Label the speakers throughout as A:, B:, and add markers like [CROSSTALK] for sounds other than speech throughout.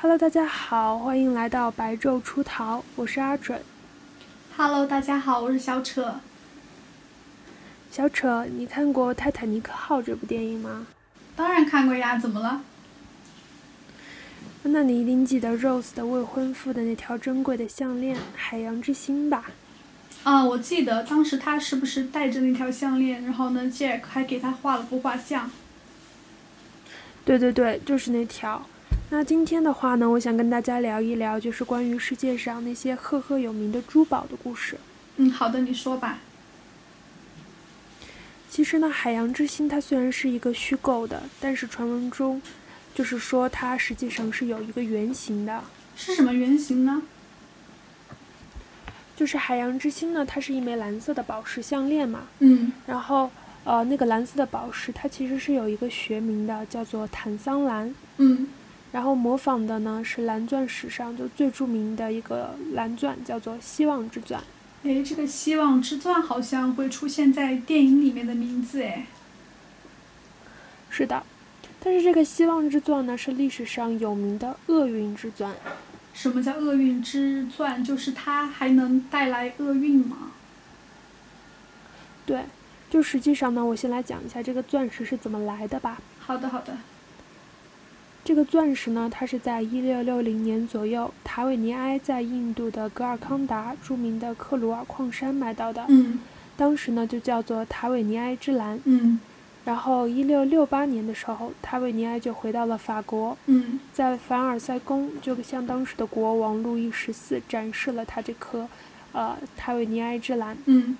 A: Hello，大家好，欢迎来到白昼出逃，我是阿准。
B: Hello，大家好，我是小扯。
A: 小扯，你看过《泰坦尼克号》这部电影吗？
B: 当然看过呀，怎么了？
A: 那你一定记得 Rose 的未婚夫的那条珍贵的项链——海洋之心吧？
B: 啊，我记得当时他是不是戴着那条项链？然后呢，Jack 还给他画了幅画像。
A: 对对对，就是那条。那今天的话呢，我想跟大家聊一聊，就是关于世界上那些赫赫有名的珠宝的故事。
B: 嗯，好的，你说吧。
A: 其实呢，海洋之心它虽然是一个虚构的，但是传闻中，就是说它实际上是有一个原型的。
B: 是什么原型呢？
A: 就是海洋之心呢，它是一枚蓝色的宝石项链嘛，
B: 嗯，
A: 然后呃，那个蓝色的宝石它其实是有一个学名的，叫做坦桑蓝。
B: 嗯，
A: 然后模仿的呢是蓝钻史上就最著名的一个蓝钻，叫做希望之钻。
B: 诶，这个希望之钻好像会出现在电影里面的名字诶。
A: 是的，但是这个希望之钻呢是历史上有名的厄运之钻。
B: 什么叫厄运之钻？就是它还能带来厄运吗？
A: 对，就实际上呢，我先来讲一下这个钻石是怎么来的吧。
B: 好的，好的。
A: 这个钻石呢，它是在一六六零年左右，塔韦尼埃在印度的格尔康达著名的克鲁尔矿山买到的，
B: 嗯
A: 当时呢就叫做塔韦尼埃之蓝。
B: 嗯
A: 然后一六六八年的时候，塔韦尼埃就回到了法国，
B: 嗯
A: 在凡尔赛宫就向当时的国王路易十四展示了他这颗，呃塔韦尼埃之蓝。
B: 嗯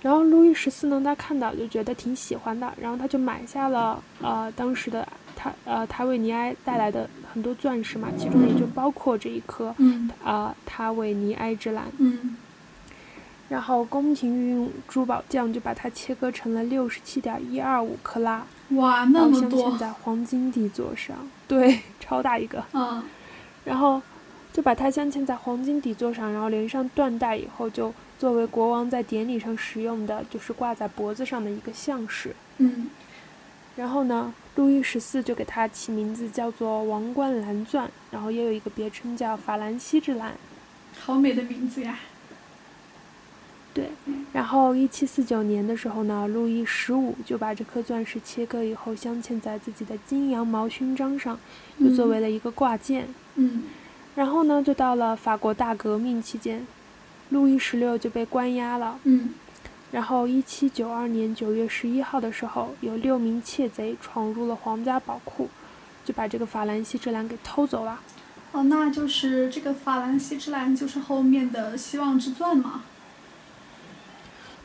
A: 然后路易十四呢，他看到就觉得挺喜欢的，然后他就买下了呃当时的塔呃塔韦尼埃带来的很多钻石嘛，其中也就包括这一颗
B: 嗯
A: 呃塔韦尼埃之蓝。
B: 嗯
A: 然后宫廷御用珠宝匠就把它切割成了六十七点一二五克拉，
B: 嗯，哇，
A: 然
B: 那
A: 后
B: 么
A: 镶嵌
B: 多，
A: 在黄金底座上，对，超大一个。
B: 嗯
A: 然后就把它镶嵌在黄金底座上，然后连上缎带以后，就作为国王在典礼上使用的，就是挂在脖子上的一个项饰。
B: 嗯
A: 然后呢，路易十四就给它起名字叫做王冠蓝钻，然后也有一个别称叫法兰西之蓝。
B: 好美的名字呀！
A: 对，然后一七四九年的时候呢，路易十五就把这颗钻石切割以后镶嵌在自己的金羊毛勋章上，就作为了一个挂件。
B: 嗯
A: 然后呢，就到了法国大革命期间，路易十六就被关押了。
B: 嗯
A: 然后，一七九二年九月十一号的时候，有六名窃贼闯入了皇家宝库，就把这个法兰西之蓝给偷走了。
B: 哦，那就是这个法兰西之蓝，就是后面的希望之钻嘛。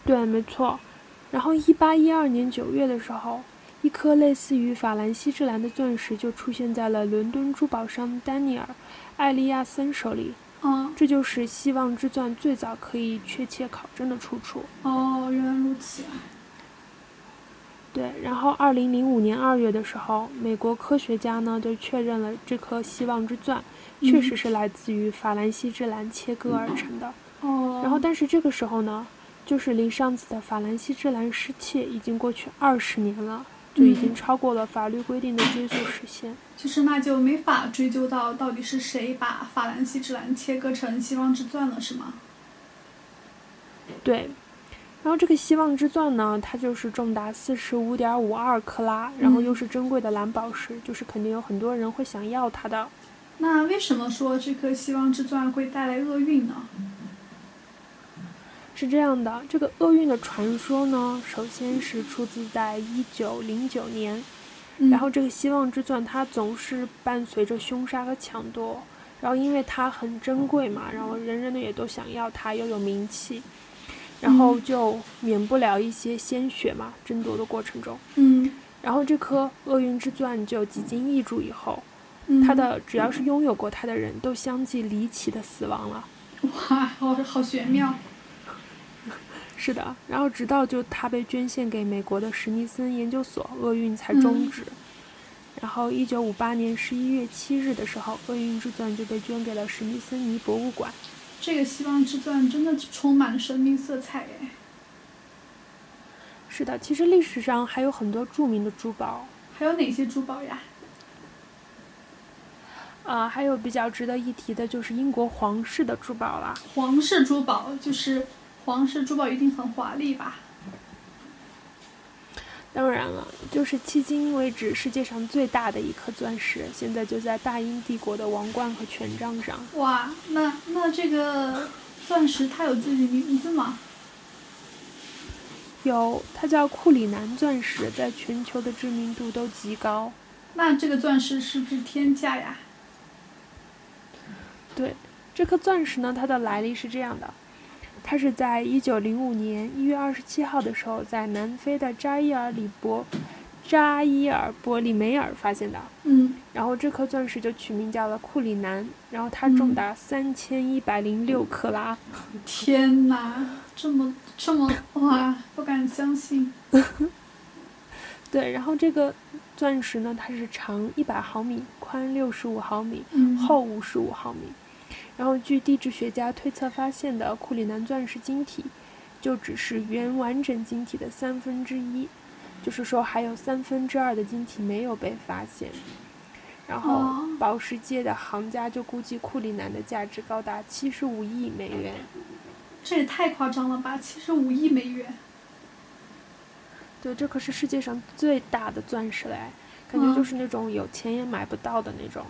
A: 对，没错。然后，一八一二年九月的时候，一颗类似于法兰西之蓝的钻石就出现在了伦敦珠宝商丹尼尔·艾利亚森手里，
B: 嗯，
A: 这就是希望之钻最早可以确切考证的出处。
B: 哦，原来如此啊。
A: 对，然后二零零五年二月的时候，美国科学家呢就确认了这颗希望之钻确实是来自于法兰西之蓝切割而成的。
B: 哦，
A: 然后，但是这个时候呢，就是离上次的法兰西之蓝失窃已经过去二十年了，就已经
B: 嗯
A: 超过了法律规定的追溯时限。
B: 就是那就没法追究到到底是谁把法兰西之蓝切割成希望之钻了，是吗？
A: 对。然后这个希望之钻呢，它就是重达四十五点五二克拉，然后又
B: 嗯
A: 是珍贵的蓝宝石，就是肯定有很多人会想要它的。
B: 那为什么说这颗希望之钻会带来厄运呢？
A: 是这样的，这个厄运的传说呢，首先是出自在一九零九年，
B: 嗯、
A: 然后，这个希望之钻它总是伴随着凶杀和抢夺，然后因为它很珍贵嘛，然后人人的也都想要它，又有名气，然后
B: 嗯
A: 就免不了一些鲜血嘛，争夺的过程中，
B: 嗯，
A: 然后这颗厄运之钻就几经易主以后，
B: 嗯
A: 它的只要是拥有过它的人都相继离奇的死亡了。
B: 哇，好好玄妙。
A: 嗯是的，然后直到就他被捐献给美国的史密森研究所，厄运才终
B: 嗯
A: 止。然后，一九五八年十一月七日的时候，厄运之钻就被捐给了史密森尼博物馆。
B: 这个希望之钻真的充满了生命色彩哎。
A: 是的，其实历史上还有很多著名的珠宝，
B: 还有哪些珠宝呀？
A: 呃，还有比较值得一提的就是英国皇室的珠宝啦。
B: 皇室珠宝就是皇室珠宝一定很华丽吧？
A: 当然了，就是迄今为止世界上最大的一颗钻石，现在就在大英帝国的王冠和权杖上。
B: 哇，那那这个钻石它有自己名字吗？
A: 有，它叫库里南钻石，在全球的知名度都极高。
B: 那这个钻石是不是天价呀？
A: 对，这颗钻石呢，它的来历是这样的，它是在一九零五年一月二十七号的时候，在南非的扎伊尔里伯扎伊尔伯里梅尔发现的。
B: 嗯，
A: 然后这颗钻石就取名叫了库里南，然后它重达三千一百零六克拉。
B: 天哪，这么这么哇，不敢相信。
A: 对，然后这个钻石呢，它是长一百毫米，宽六十五毫米，
B: 嗯，
A: 厚五十五毫米。然后据地质学家推测发现的库里南钻石晶体，就只是原完整晶体的三分之一，就是说还有三分之二的晶体没有被发现。然后
B: 哦，
A: 宝石界的行家就估计库里南的价值高达七十五亿美元。
B: 这也太夸张了吧！七十五亿美元，
A: 对，这可是世界上最大的钻石嘞，感觉就是那种有钱也买不到的那种。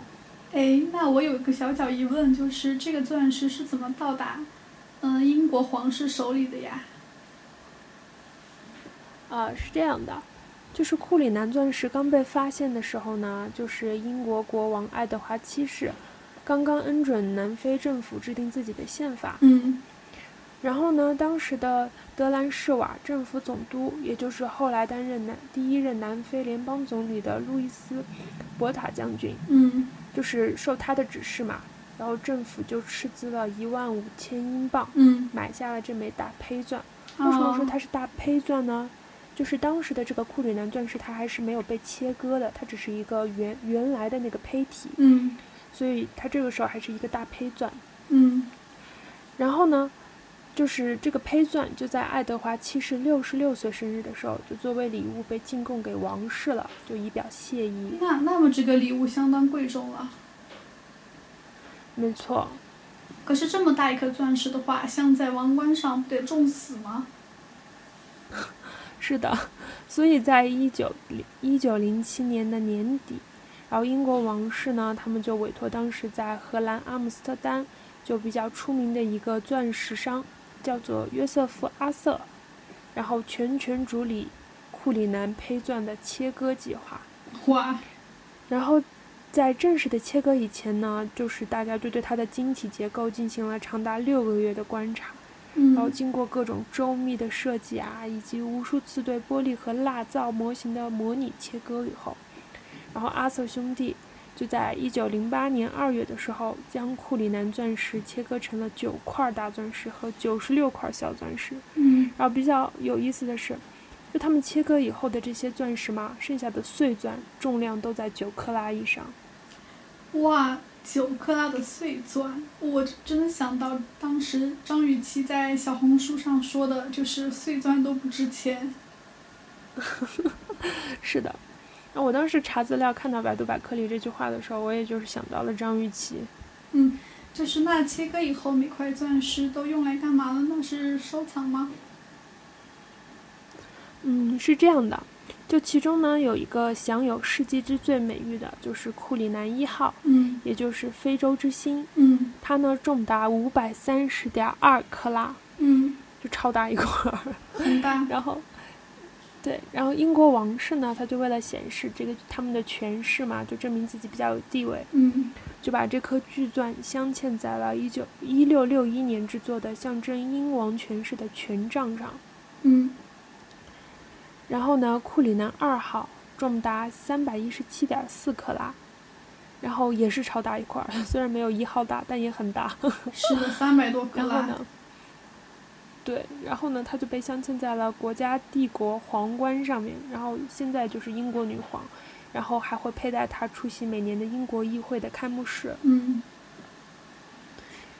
B: 哎，那我有一个小小疑问，就是这个钻石是怎么到达，嗯、英国皇室手里的呀？
A: 啊，是这样的，就是库里南钻石刚被发现的时候呢，就是英国国王爱德华七世刚刚恩准南非政府制定自己的宪法，
B: 嗯
A: 然后呢，当时的德兰士瓦政府总督，也就是后来担任南第一任南非联邦总理的路易斯·博塔将军，
B: 嗯
A: 就是受他的指示嘛，然后政府就斥资了一万五千英镑。
B: 嗯，
A: 买下了这枚大胚钻。
B: 哦
A: 为什么说它是大胚钻呢？就是当时的这个库里南钻石，它还是没有被切割的，它只是一个原原来的那个胚体，
B: 嗯
A: 所以它这个时候还是一个大胚钻。
B: 嗯
A: 然后呢，就是这个胚钻就在爱德华七世六十六岁生日的时候，就作为礼物被进贡给王室了，就以表谢意。
B: 那那么这个礼物相当贵重了。
A: 没错，
B: 可是这么大一颗钻石的话，镶在王冠上不得重死吗？
A: 是的， [LAUGHS] 所以在一九零一九零七年的年底，然后英国王室呢，他们就委托当时在荷兰阿姆斯特丹就比较出名的一个钻石商，叫做约瑟夫·阿瑟，然后全权主理库里南胚钻的切割计划。
B: 哇，
A: 然后在正式的切割以前呢，就是大家就对它的晶体结构进行了长达六个月的观察。然后
B: 嗯
A: 经过各种周密的设计啊，以及无数次对玻璃和蜡造模型的模拟切割以后，然后阿瑟兄弟就在一九零八年二月的时候，将库里南钻石切割成了九块大钻石和九十六块小钻石。
B: 嗯
A: 然后比较有意思的是，就他们切割以后的这些钻石嘛，剩下的碎钻重量都在九克拉以上。
B: 哇，九克拉的碎钻，我真的想到当时张雨绮在小红书上说的，就是碎钻都不值钱。
A: 是的，然后我当时查资料看到百度百科里这句话的时候，我也就是想到了张雨绮。
B: 嗯，就是那切割以后每块钻石都用来干嘛了？那是收藏吗？
A: 嗯，是这样的，就其中呢有一个享有“世界之最”美誉的，就是库里南一号，
B: 嗯
A: 也就是非洲之星，
B: 嗯
A: 它呢重达五百三十点二克拉，
B: 嗯，
A: 就超大一块儿。 [LAUGHS]
B: 很大。
A: 然后，对，然后英国王室呢，他就为了显示这个他们的权势嘛，就证明自己比较有地位，
B: 嗯
A: 就把这颗巨钻镶嵌在了一九一六六一年制作的象征英王权势的权杖上。
B: 嗯
A: 然后呢，库里南二号重达三百一十七点四克拉，然后也是超大一块儿， [LAUGHS] 虽然没有一号大，但也很大。
B: 是的，三百多克
A: 然后
B: 拉。
A: 呢，对，然后呢，它就被镶嵌在了国家帝国皇冠上面，然后现在就是英国女皇，然后还会佩戴它出席每年的英国议会的开幕式。
B: 嗯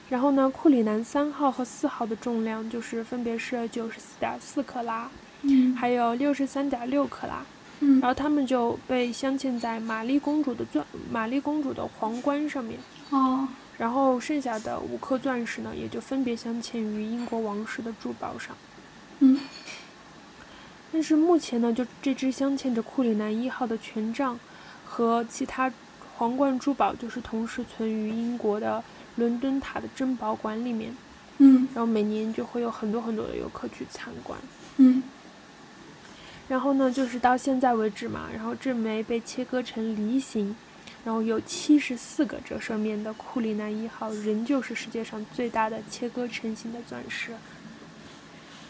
A: 然后呢，库里南三号和四号的重量就是分别是九十四点四克拉，
B: 嗯，
A: 还有六十三点六克拉。
B: 嗯
A: 然后他们就被镶嵌在玛丽公主的钻，玛丽公主的皇冠上面。
B: 哦，
A: 然后剩下的五颗钻石呢，也就分别镶嵌于英国王室的珠宝上。
B: 嗯
A: 但是目前呢，就这只镶嵌着库里南一号的权杖和其他皇冠珠宝，就是同时存于英国的伦敦塔的珍宝馆里面。
B: 嗯
A: 然后每年就会有很多很多的游客去参观。
B: 嗯
A: 然后呢，就是到现在为止嘛，然后这枚被切割成梨形，然后有七十四个折射面的库里南一号，仍旧是世界上最大的切割成型的钻石。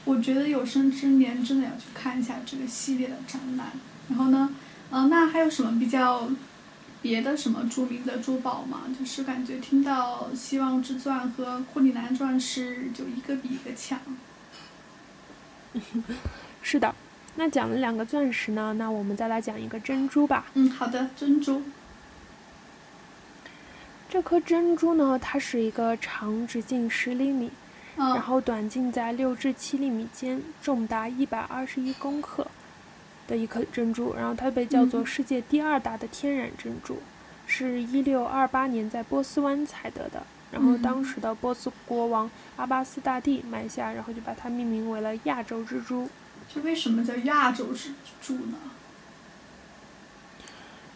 B: 我觉得有生之年真的要去看一下这个系列的展览。然后呢，呃，那还有什么比较别的什么著名的珠宝吗？就是感觉听到希望之钻和库里南钻石就一个比一个强。
A: 是的，那讲了两个钻石呢，那我们再来讲一个珍珠吧。
B: 嗯，好的，珍珠。
A: 这颗珍珠呢，它是一个长直径十厘米，
B: 嗯、
A: 然后短径在六至七厘米间，重达一百二十一公克的一颗珍珠，然后它被叫做
B: 嗯
A: 世界第二大的天然珍珠，是一六二八年在波斯湾采得的。然后当
B: 嗯
A: 时的波斯国王阿巴斯大帝买下，然后就把它命名为了亚洲之珠。
B: 这为什么叫亚洲之珠呢？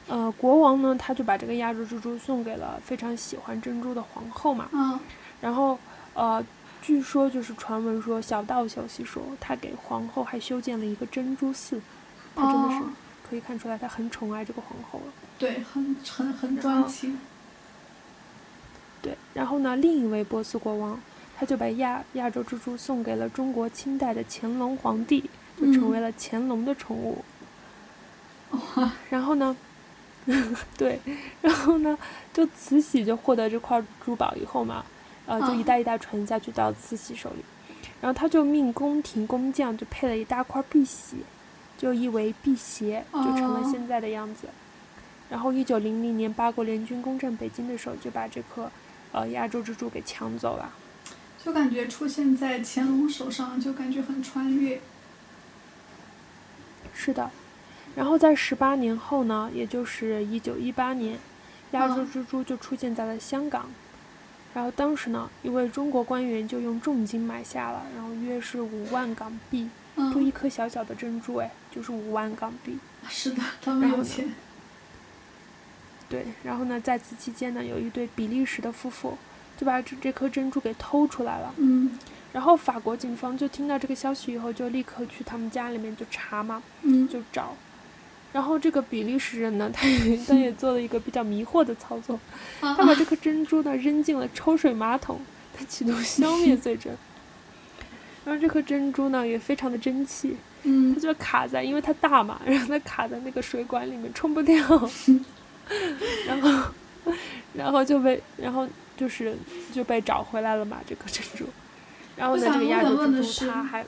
A: 呃，国王呢，他就把这个亚洲之珠送给了非常喜欢珍珠的皇后嘛。
B: 嗯
A: 然后，呃，据说就是传闻说，小道消息说，他给皇后还修建了一个珍珠寺，他真的是
B: 哦
A: 可以看出来他很宠爱这个皇后了。
B: 对，很很很
A: 然
B: 专
A: 后
B: 情。
A: 对，然后呢，另一位波斯国王，他就把亚亚洲之珠送给了中国清代的乾隆皇帝，就成为
B: 嗯
A: 了乾隆的宠物。然后呢， [LAUGHS] 对，然后呢，就慈禧就获得这块珠宝以后嘛，呃，就一
B: 嗯
A: 代一代传下去到慈禧手里，然后他就命宫廷工匠就配了一大块碧玺，就译为辟邪，就成了
B: 哦
A: 现在的样子。然后，一九零零年八国联军攻占北京的时候，就把这颗呃亚洲之珠给抢走了。
B: 嗯就感觉出现在乾隆手上，就感觉很穿越。
A: 是的，然后在十八年后呢，也就是一九一八年，亚洲
B: 嗯
A: 之珠就出现在了香港。然后当时呢，一位中国官员就用重金买下了，然后约是五万港币，就一
B: 嗯，
A: 颗小小的珍珠，哎，就是五万港币。
B: 是的，他们
A: 然后
B: 有
A: 呢
B: 钱。
A: 对，然后呢，在此期间呢，有一对比利时的夫妇就把这这颗珍珠给偷出来了。
B: 嗯
A: 然后法国警方就听到这个消息以后，就立刻去他们家里面就查嘛，
B: 嗯，
A: 就找。然后这个比利时人呢，他也他也做了一个比较迷惑的操作，
B: [LAUGHS] 啊
A: 他把这颗珍珠呢扔进了抽水马桶，他企图消
B: [LAUGHS]
A: 灭罪证。然后这颗珍珠呢也非常的争气，它
B: 嗯，
A: 就卡在，因为它大嘛，然后它卡在那个水管里面冲不
B: [LAUGHS]
A: 掉，然后然后就被然后就是就被找回来了嘛，这颗珍珠。然后呢，
B: 我
A: 这
B: 想
A: 个亚洲
B: 问的
A: 珍珠
B: 是
A: 它还，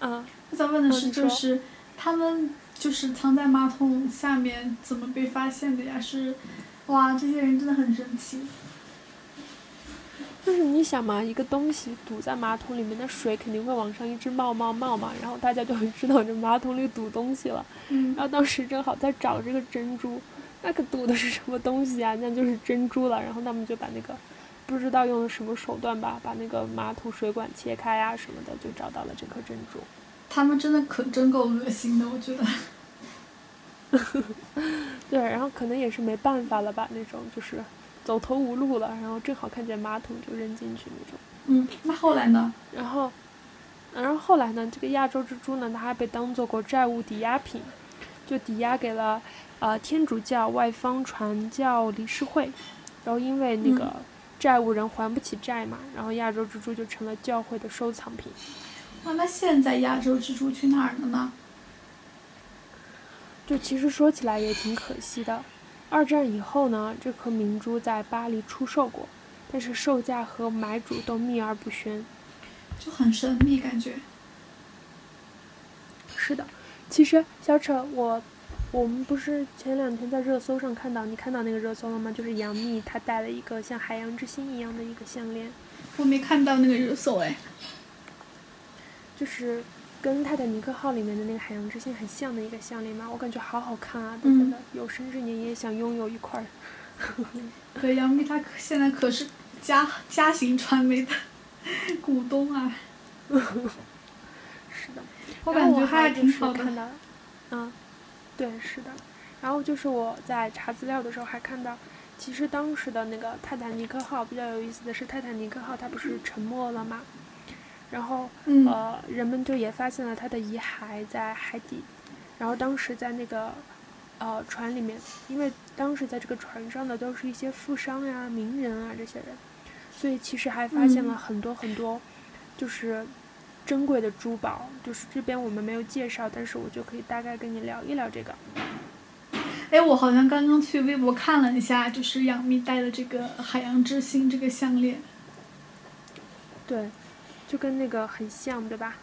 A: 嗯，
B: 我想问的
A: 嗯
B: 是，
A: 你
B: 就
A: 说
B: 是他们就是藏在马桶下面，怎么被发现的呀？是，哇，这些人真的很神奇。
A: 就是你想嘛，一个东西堵在马桶里面，那水肯定会往上一直冒冒冒嘛，然后大家就会知道这马桶里堵东西了。
B: 嗯
A: 然后当时正好在找这个珍珠，那可堵的是什么东西啊？那就是珍珠了。然后他们就把那个不知道用了什么手段吧，把那个马桶水管切开啊什么的，就找到了这颗珍珠。
B: 他们真的可真够恶心的，我觉得。
A: 对，然后可能也是没办法了吧，那种就是走投无路了，然后正好看见马桶就扔进去那种。
B: 嗯，那后来呢？
A: 然后，然后后来呢，这个亚洲之珠呢，它还被当做过债务抵押品，就抵押给了呃天主教外方传教理事会，然后因为那个债务人还不起债嘛，然后亚洲之珠就成了教会的收藏品。
B: 哇，啊那现在亚洲之珠去哪儿了呢？
A: 就其实说起来也挺可惜的，二战以后呢，这颗明珠在巴黎出售过，但是售价和买主都秘而不宣。
B: 就很神秘感觉。
A: 是的，其实小扯，我我们不是前两天在热搜上看到，你看到那个热搜了吗？就是杨幂她戴了一个像海洋之心一样的一个项链，
B: 我没看到那个热搜哎。
A: 就是跟泰坦尼克号里面的那个海洋之心很像的一个项链嘛，我感觉好好看啊！等等的，有生之年也想拥有一块儿。
B: 对，杨幂她可现在可是嘉嘉行传媒的 [LAUGHS] 股东啊，
A: 是的，
B: 我
A: 然后
B: 感觉
A: 我
B: 她
A: 还
B: 还
A: 就
B: 挺
A: 是
B: 好的
A: 看。到，嗯，对，是的。然后就是我在查资料的时候还看到，其实当时的那个泰坦尼克号比较有意思的是，泰坦尼克号它不是沉没了嘛，然后
B: 嗯，
A: 呃，人们就也发现了它的遗骸在海底，然后当时在那个呃船里面，因为当时在这个船上的都是一些富商呀、名人啊这些人，所以其实还发现了
B: 嗯
A: 很多很多，就是珍贵的珠宝，就是这边我们没有介绍，但是我就可以大概跟你聊一聊这个。
B: 哎，我好像刚刚去微博看了一下，就是杨幂戴的这个海洋之心这个项链。
A: 对，就跟那个很像，对吧？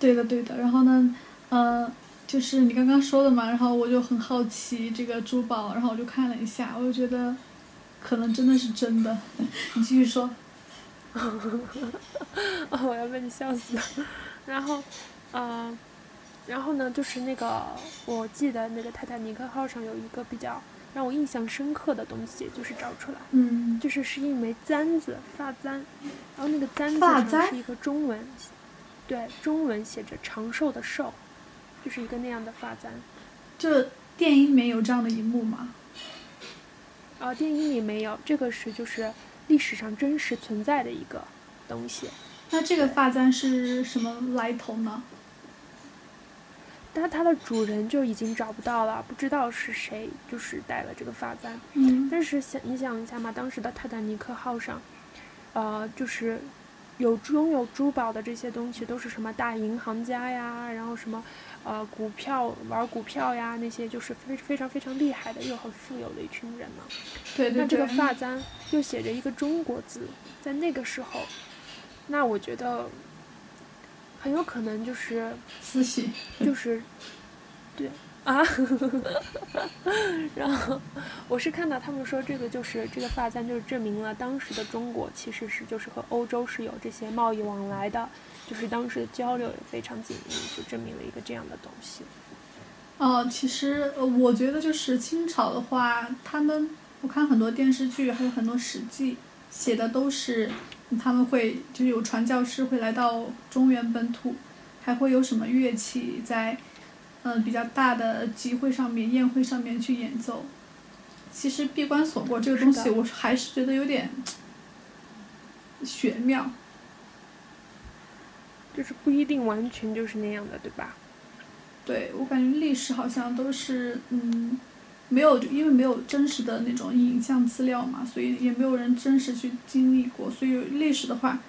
B: 对的，对的。然后呢，呃，就是你刚刚说的嘛，然后我就很好奇这个珠宝，然后我就看了一下，我就觉得可能真的是真的。 [LAUGHS] 你继续说。
A: [LAUGHS] 哦，我要被你笑死了。然后，呃，然后呢，就是那个，我记得那个泰坦尼克号上有一个比较让我印象深刻的东西，就是找出来，
B: 嗯，
A: 就是是一枚簪子，发簪，然后那个簪子
B: 发
A: 上
B: 簪
A: 是一个中文，对，中文写着“长寿”的“寿”，就是一个那样的发簪。
B: 就电影里面有这样的一幕嘛。
A: 啊，电影里没有，这个是就是历史上真实存在的一个东西。
B: 那这个发簪是什么来头呢？
A: 但它的主人就已经找不到了，不知道是谁就是戴了这个发簪。
B: 嗯
A: 但是想你想一下嘛，当时的泰坦尼克号上，呃，就是有拥有珠宝的这些东西，都是什么大银行家呀，然后什么呃股票玩股票呀，那些就是非非常非常厉害的又很富有的一群人嘛。
B: 对对对。
A: 那这个发簪又写着一个中国字，在那个时候，那我觉得很有可能就是
B: 慈禧。
A: 就是，对啊， [LAUGHS] 然后我是看到他们说这个就是这个发簪，就是证明了当时的中国其实是就是和欧洲是有这些贸易往来的，就是当时的交流也非常紧密，就证明了一个这样的东西。
B: 哦，其实呃我觉得就是清朝的话，他们我看很多电视剧，还有很多史记写的都是他们会就是有传教士会来到中原本土，还会有什么乐器在嗯、呃比较大的集会上面、宴会上面去演奏。其实闭关锁国这个东
A: 是
B: 西，
A: 的
B: 我是还是觉得有点玄妙。
A: 就是不一定完全就是那样的，对吧？
B: 对我感觉历史好像都是嗯，没有因为没有真实的那种影像资料嘛，所以也没有人真实去经历过，所以历史的话，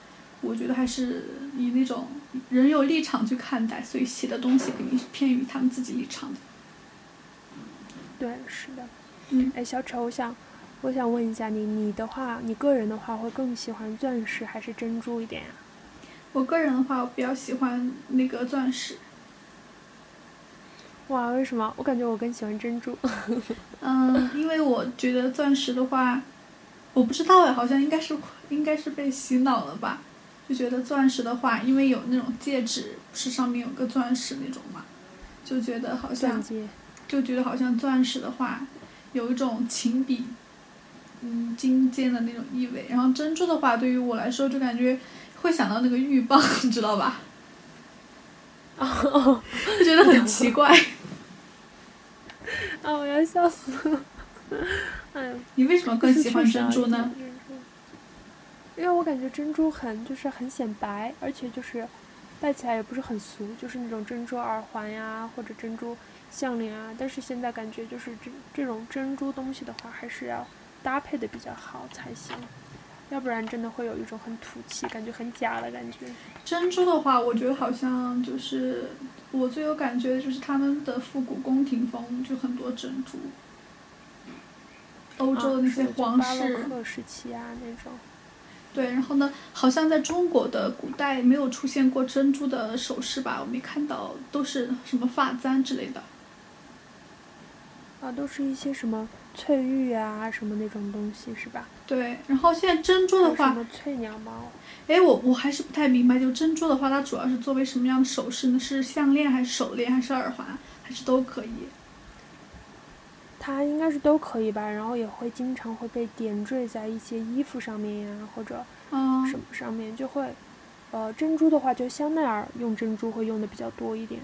B: 我觉得还是以那种人有立场去看待，所以写的东西肯定是偏于他们自己立场的。
A: 对，是的。
B: 嗯，
A: 哎，小丑，我想，我想问一下你，你的话，你个人的话，会更喜欢钻石还是珍珠一点呀、
B: 我个人的话，我比较喜欢那个钻石，
A: 哇，为什么？我感觉我更喜欢珍珠。 [LAUGHS]
B: 嗯，因为我觉得钻石的话，我不知道哎，好像应该是应该是被洗脑了吧？就觉得钻石的话，因为有那种戒指，不是上面有个钻石那种嘛，就觉得好
A: 钻
B: 像
A: 戒。 [LAUGHS]
B: 就觉得好像钻石的话，有一种情比嗯金坚的那种意味。然后珍珠的话，对于我来说就感觉会想到那个鹬蚌，你知道吧？ [LAUGHS]
A: 哦，
B: 就觉得很奇怪。
A: 啊，我要笑死了！哎呀，
B: 你为什么更喜欢
A: 确实
B: 珍珠
A: 啊
B: 呢？？
A: 珍珠因为我感觉珍珠很就是很显白，而且就是戴起来也不是很俗，就是那种珍珠耳环呀或者珍珠项链啊。但是现在感觉就是这这种珍珠东西的话，还是要搭配的比较好才行，要不然真的会有一种很土气，感觉很假的感觉。
B: 珍珠的话，我觉得好像就是我最有感觉的就是他们的复古宫廷风，就很多珍珠。欧洲的那些
A: 啊是就
B: 皇
A: 巴
B: 室
A: 洛，克时期啊那种。
B: 对，然后呢，好像在中国的古代没有出现过珍珠的首饰吧？我没看到，都是什么发簪之类的。
A: 啊，都是一些什么翠玉啊，什么那种东西是吧？
B: 对，然后现在珍珠
A: 还
B: 的
A: 有什
B: 话，
A: 么翠鸟毛？
B: 哎，我我还是不太明白，就珍珠的话，它主要是作为什么样的首饰呢？是项链还是手链还是耳环，还是都可以？
A: 它应该是都可以吧，然后也会经常会被点缀在一些衣服上面呀，或者
B: 嗯，
A: 什么上面，就会，呃，珍珠的话，就香奈儿用珍珠会用的比较多一点。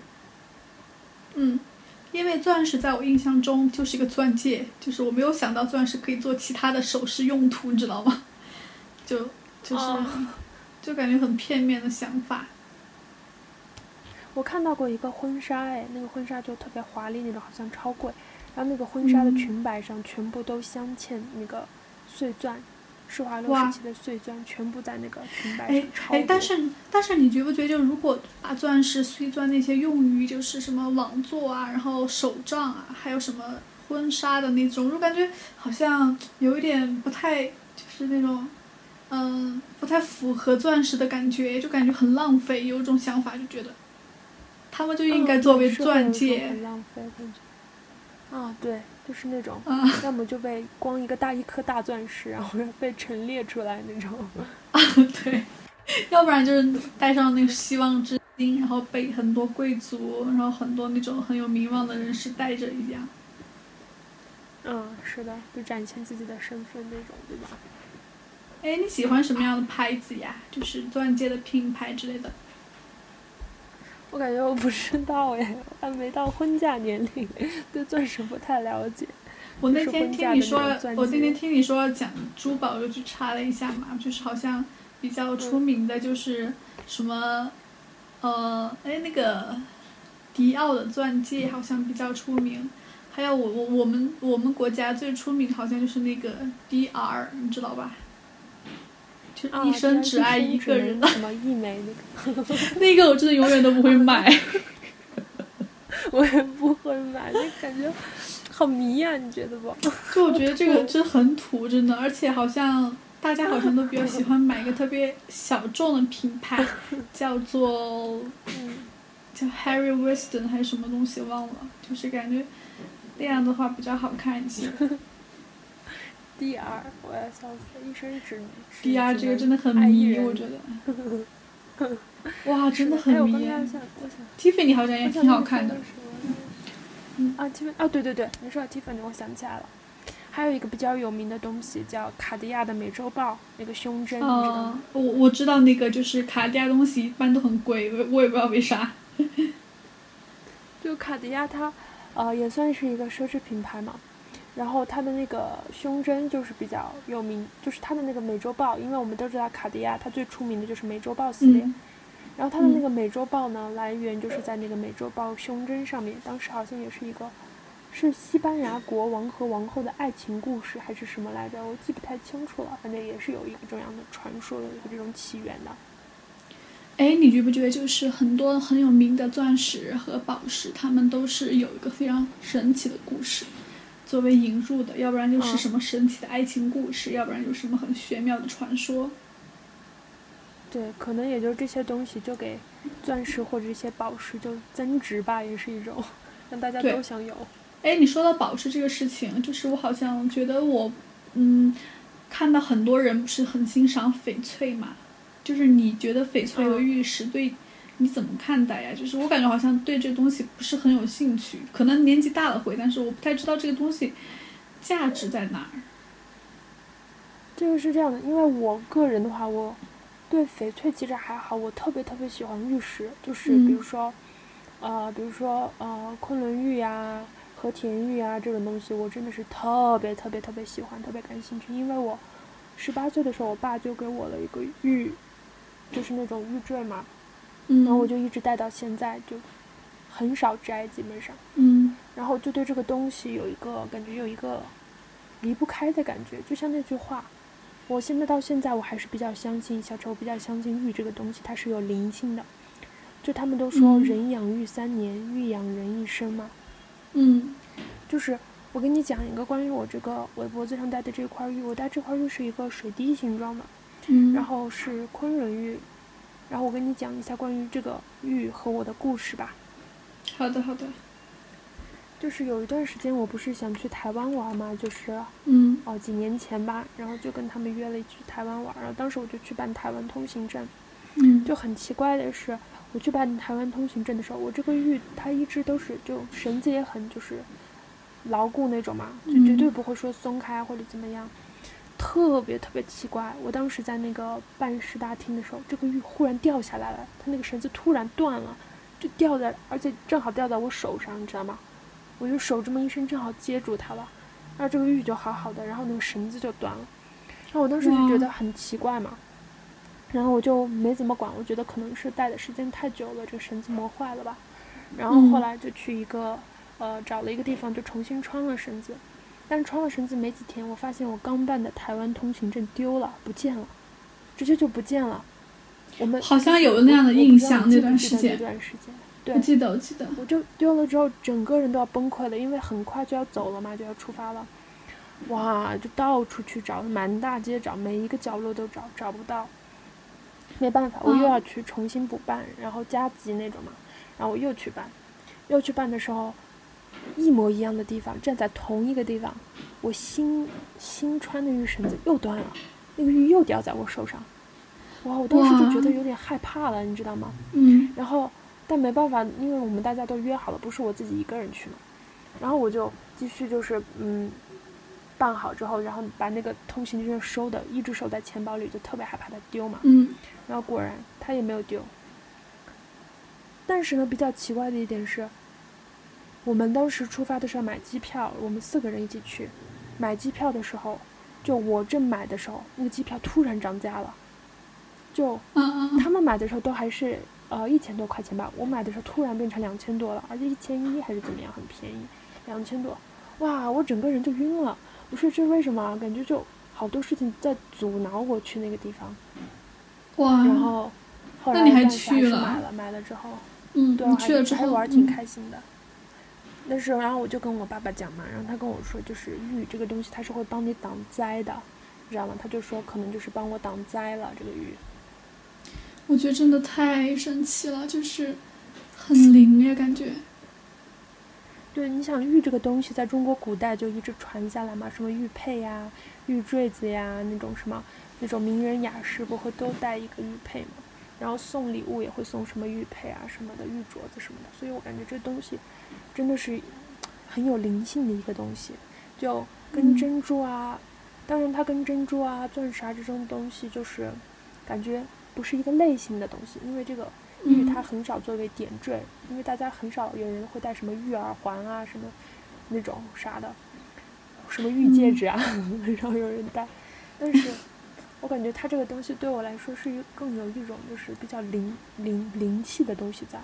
B: 嗯，因为钻石在我印象中就是一个钻戒，就是我没有想到钻石可以做其他的首饰用途，你知道吗？就就是、
A: 哦
B: 就感觉很片面的想法。
A: 我看到过一个婚纱，哎，那个婚纱就特别华丽那种，好像超贵。然后那个婚纱的
B: 嗯
A: 裙摆上全部都镶嵌那个碎钻，施华洛
B: 哇
A: 世奇的碎钻全部在那个裙摆
B: 哎
A: 上，超
B: 哎，但
A: 多
B: 是但是你觉不觉得，就如果把钻石、碎钻那些用于就是什么网做啊，然后手杖啊，还有什么婚纱的那种，我感觉好像有一点不太，就是那种，嗯，不太符合钻石的感觉，就感觉很浪费，有一种想法就觉得，他们就应该
A: 嗯
B: 作
A: 对
B: 为
A: 是会有
B: 钻
A: 一种
B: 戒，
A: 很浪费感觉。啊，对，就是那种，
B: 啊
A: 要么就被光一个大一颗大钻石，然后被陈列出来那种。
B: [LAUGHS] 对，要不然就是戴上那个希望之星，然后被很多贵族，然后很多那种很有名望的人士戴着一样。
A: 嗯，是的，就展现自己的身份那种，对吧？
B: 哎，你喜欢什么样的牌子呀？就是钻戒的品牌之类的。
A: 我感觉我不知道哎，我还没到婚嫁年龄，对钻石不太了解。
B: 我那
A: 就是
B: 天
A: 婚
B: 听
A: 嫁
B: 你
A: 的那
B: 说
A: 种
B: 了，
A: 钻
B: 我那
A: 戒
B: 天听你说要讲珠宝，我就去查了一下嘛，就是好像比较
A: 嗯
B: 出名的就是什么，呃，哎，那个迪奥的钻戒好像比较出名，还有我我我们我们国家最出名好像就是那个 DR，你知道吧？就
A: 啊，
B: 一
A: 对啊
B: 生只爱一
A: 一
B: 个
A: 生只
B: 人
A: 能，什么一枚那个，
B: [LAUGHS] 那个我真的永远都不会买。
A: 我也不会买，那感觉好迷呀、你觉得不？
B: [LAUGHS] 就我觉得这个真很土，真的，而且好像大家好像都比较喜欢买一个特别小众的品牌，叫做
A: 嗯，
B: 叫 Harry Winston 还是什么东西忘了，就是感觉那样的话比较好看
A: [LAUGHS]
B: 一些。
A: 第二，我要笑死，一生只只
B: D R
A: 只
B: 这个
A: 能
B: 真的很
A: 爱一
B: 迷，
A: 人
B: 我觉得。
A: [LAUGHS]
B: 哇，真的
A: 哎，
B: 很
A: 我刚
B: 迷
A: 才
B: 耶
A: 想，我想，
B: ！Tiffany 好像也
A: 我想
B: 挺好看的
A: 跟你。说个什么嗯啊，Tiffany 啊，对对对，你说到 Tiffany，我想起来了，还有一个比较有名的东西叫卡地亚的美洲豹，那个胸针，你知道吗？
B: 嗯，我我知道那个就是卡地亚东西一般都很贵，我我也不知道为啥。
A: 就卡地亚它，呃，也算是一个奢侈品牌嘛。然后它的那个胸针就是比较有名，就是它的那个美洲豹，因为我们都知道卡地亚它最出名的就是美洲豹系列。
B: 嗯
A: 然后它的那
B: 嗯
A: 个美洲豹呢，来源就是在那个美洲豹胸针上面，当时好像也是一个，是西班牙国王和王后的爱情故事还是什么来着，我记不太清楚了。反正也是有一个这样的传说，有一个这种起源的。
B: 哎，你觉不觉得就是很多很有名的钻石和宝石，他们都是有一个非常神奇的故事作为引入的，要不然就是
A: 嗯
B: 什么神奇的爱情故事，要不然就是什么很玄妙的传说。
A: 对，可能也就这些东西就给钻石或者一些宝石就增值吧，也是一种让大家
B: 对
A: 都想有。
B: 哎，你说到宝石这个事情，就是我好像觉得我，嗯，看到很多人不是很欣赏翡翠嘛，就是你觉得翡翠和
A: 嗯
B: 玉石对你怎么看待呀？就是我感觉好像对这东西不是很有兴趣，可能年纪大了会，但是我不太知道这个东西价值在哪儿。
A: 这个是这样的，因为我个人的话，我对翡翠其实还好，我特别特别喜欢玉石，就是比如
B: 嗯
A: 说，呃，比如说呃，昆仑玉呀、和田玉啊这种东西，我真的是特别特别特别喜欢，特别感兴趣。因为我十八岁的时候，我爸就给我了一个玉，就是那种玉坠嘛，
B: 嗯，
A: 然后我就一直戴到现在，就很少摘，基本上。
B: 嗯
A: 然后就对这个东西有一个感觉，有一个离不开的感觉，就像那句话，我现在到现在我还是比较相信小丑，比较相信玉这个东西，它是有灵性的。就他们都说
B: 嗯
A: 人养玉三年，玉养人一生嘛，
B: 嗯
A: 就是我给你讲一个关于我这个围脖子上戴的这块玉，我戴这块玉是一个水滴形状的，
B: 嗯，
A: 然后是昆仑玉，然后我跟你讲一下关于这个玉和我的故事吧。
B: 好的好的，
A: 就是有一段时间我不是想去台湾玩嘛，就是
B: 嗯
A: 哦几年前吧，然后就跟他们约了去台湾玩，然后当时我就去办台湾通行证，
B: 嗯，
A: 就很奇怪的是，我去办台湾通行证的时候，我这个玉它一直都是就绳子也很就是牢固那种嘛，就绝对
B: 嗯
A: 不会说松开或者怎么样，特别特别奇怪。我当时在那个办事大厅的时候，这个玉忽然掉下来了，它那个绳子突然断了，就掉在，而且正好掉在我手上，你知道吗？我就手这么一伸，正好接住它了，然后这个玉就好好的，然后那个绳子就断了，然后我当时就觉
B: 哇
A: 得很奇怪嘛。然后我就没怎么管，我觉得可能是戴的时间太久了，这个绳子磨坏了吧。然后后
B: 嗯
A: 来就去一个，呃，找了一个地方就重新穿了绳子，但是穿了绳子没几天，我发现我刚办的台湾通行证丢了，不见了，直接就不见了。我们
B: 好
A: 就
B: 像
A: 是
B: 有
A: 我
B: 那样的
A: 我不
B: 印
A: 知道
B: 象
A: 你
B: 那
A: 记不
B: 段
A: 记
B: 时
A: 得
B: 间
A: 那段时间，
B: 我
A: 对，
B: 记得我记得，
A: 我就丢了之后，整个人都要崩溃了，因为很快就要走了嘛，就要出发了。哇，就到处去找，满大街找，每一个角落都找，找不到。没办法，我又
B: 嗯
A: 要去重新补办，然后加急那种嘛，然后我又去办，又去办的时候，一模一样的地方，站在同一个地方，我新新穿的玉绳子又断了，那个玉又掉在我手上，哇！我当时就觉得
B: 哇
A: 有点害怕了，你知道吗？
B: 嗯
A: 然后但没办法，因为我们大家都约好了，不是我自己一个人去嘛。然后我就继续就是嗯，办好之后，然后把那个通行证收的，一直收在钱包里，就特别害怕它丢嘛。
B: 嗯
A: 然后果然它也没有丢。但是呢，比较奇怪的一点是，我们当时出发的时候买机票，我们四个人一起去，买机票的时候，就我正买的时候，那个机票突然涨价了，就
B: 嗯嗯
A: 他们买的时候都还是呃一千多块钱吧，我买的时候突然变成两千多了，而且一千一还是怎么样，很便宜，两千多，哇，我整个人就晕了。我说这为什么啊？感觉就好多事情在阻挠我去那个地方。
B: 哇，
A: 然后后来
B: 啊那你还
A: 但是
B: 去
A: 是
B: 了
A: 买了，买了之后，
B: 嗯，
A: 对，
B: 你
A: 我还
B: 去了之
A: 还
B: 后
A: 玩儿挺
B: 嗯
A: 开心的。那时候，然后我就跟我爸爸讲嘛，然后他跟我说，就是玉这个东西它是会帮你挡灾的，你知道吗？他就说可能就是帮我挡灾了这个玉。
B: 我觉得真的太神奇了，就是很灵呀，感觉。
A: 对，你想玉这个东西，在中国古代就一直传下来嘛，什么玉佩呀、玉坠子呀，那种什么那种名人雅士不会都带一个玉佩嘛？然后送礼物也会送什么玉佩啊什么的，玉镯子什么的。所以我感觉这东西真的是很有灵性的一个东西，就跟
B: 嗯
A: 珍珠啊，当然它跟珍珠啊、钻石啊这种东西就是感觉不是一个类型的东西，因为这个玉
B: 嗯
A: 它很少作为点缀，因为大家很少有人会戴什么玉耳环啊什么那种啥的，什么玉戒
B: 嗯
A: 指啊， [LAUGHS] 很少有人戴。但是我感觉它这个东西对我来说是一更有一种就是比较灵灵灵气的东西在，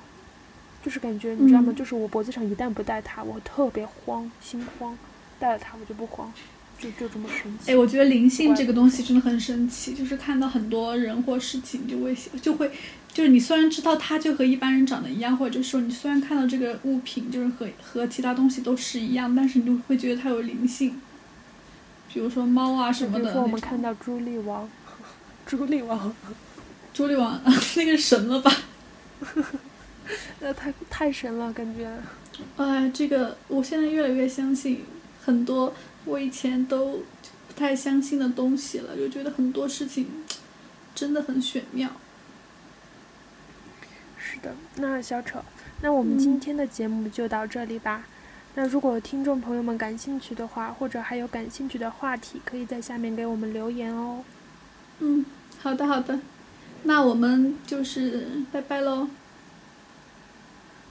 A: 就是感觉你知道吗？
B: 嗯
A: 就是我脖子上一旦不戴它，我特别慌，心慌；戴了它我就不慌，就就这么神奇。
B: 哎，我觉得灵性
A: 怪
B: 这个东西真的很神奇，就是看到很多人或事情，你就会就会，就是你虽然知道它就和一般人长得一样，或者说你虽然看到这个物品就是和和其他东西都是一样，但是你就会觉得它有灵性，比如说猫啊什
A: 就
B: 么
A: 比
B: 的
A: 如
B: 那
A: 说
B: 种。
A: 我们看到朱莉王， [LAUGHS] 朱莉王， [LAUGHS]
B: 朱莉王 [LAUGHS] 那个神了吧？
A: 那太太神了，感觉。
B: 哎，这个我现在越来越相信很多我以前都不太相信的东西了，就觉得很多事情真的很玄妙。
A: 是的，那小扯，那我们今天的节目就到这里吧。那如果听众朋友们感兴趣的话，或者还有感兴趣的话题，可以在下面给我们留言哦。
B: 嗯，好的好的，那我们就是拜拜喽，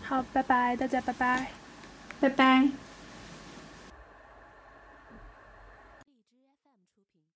A: 好，拜拜，大家拜拜。
B: 拜拜。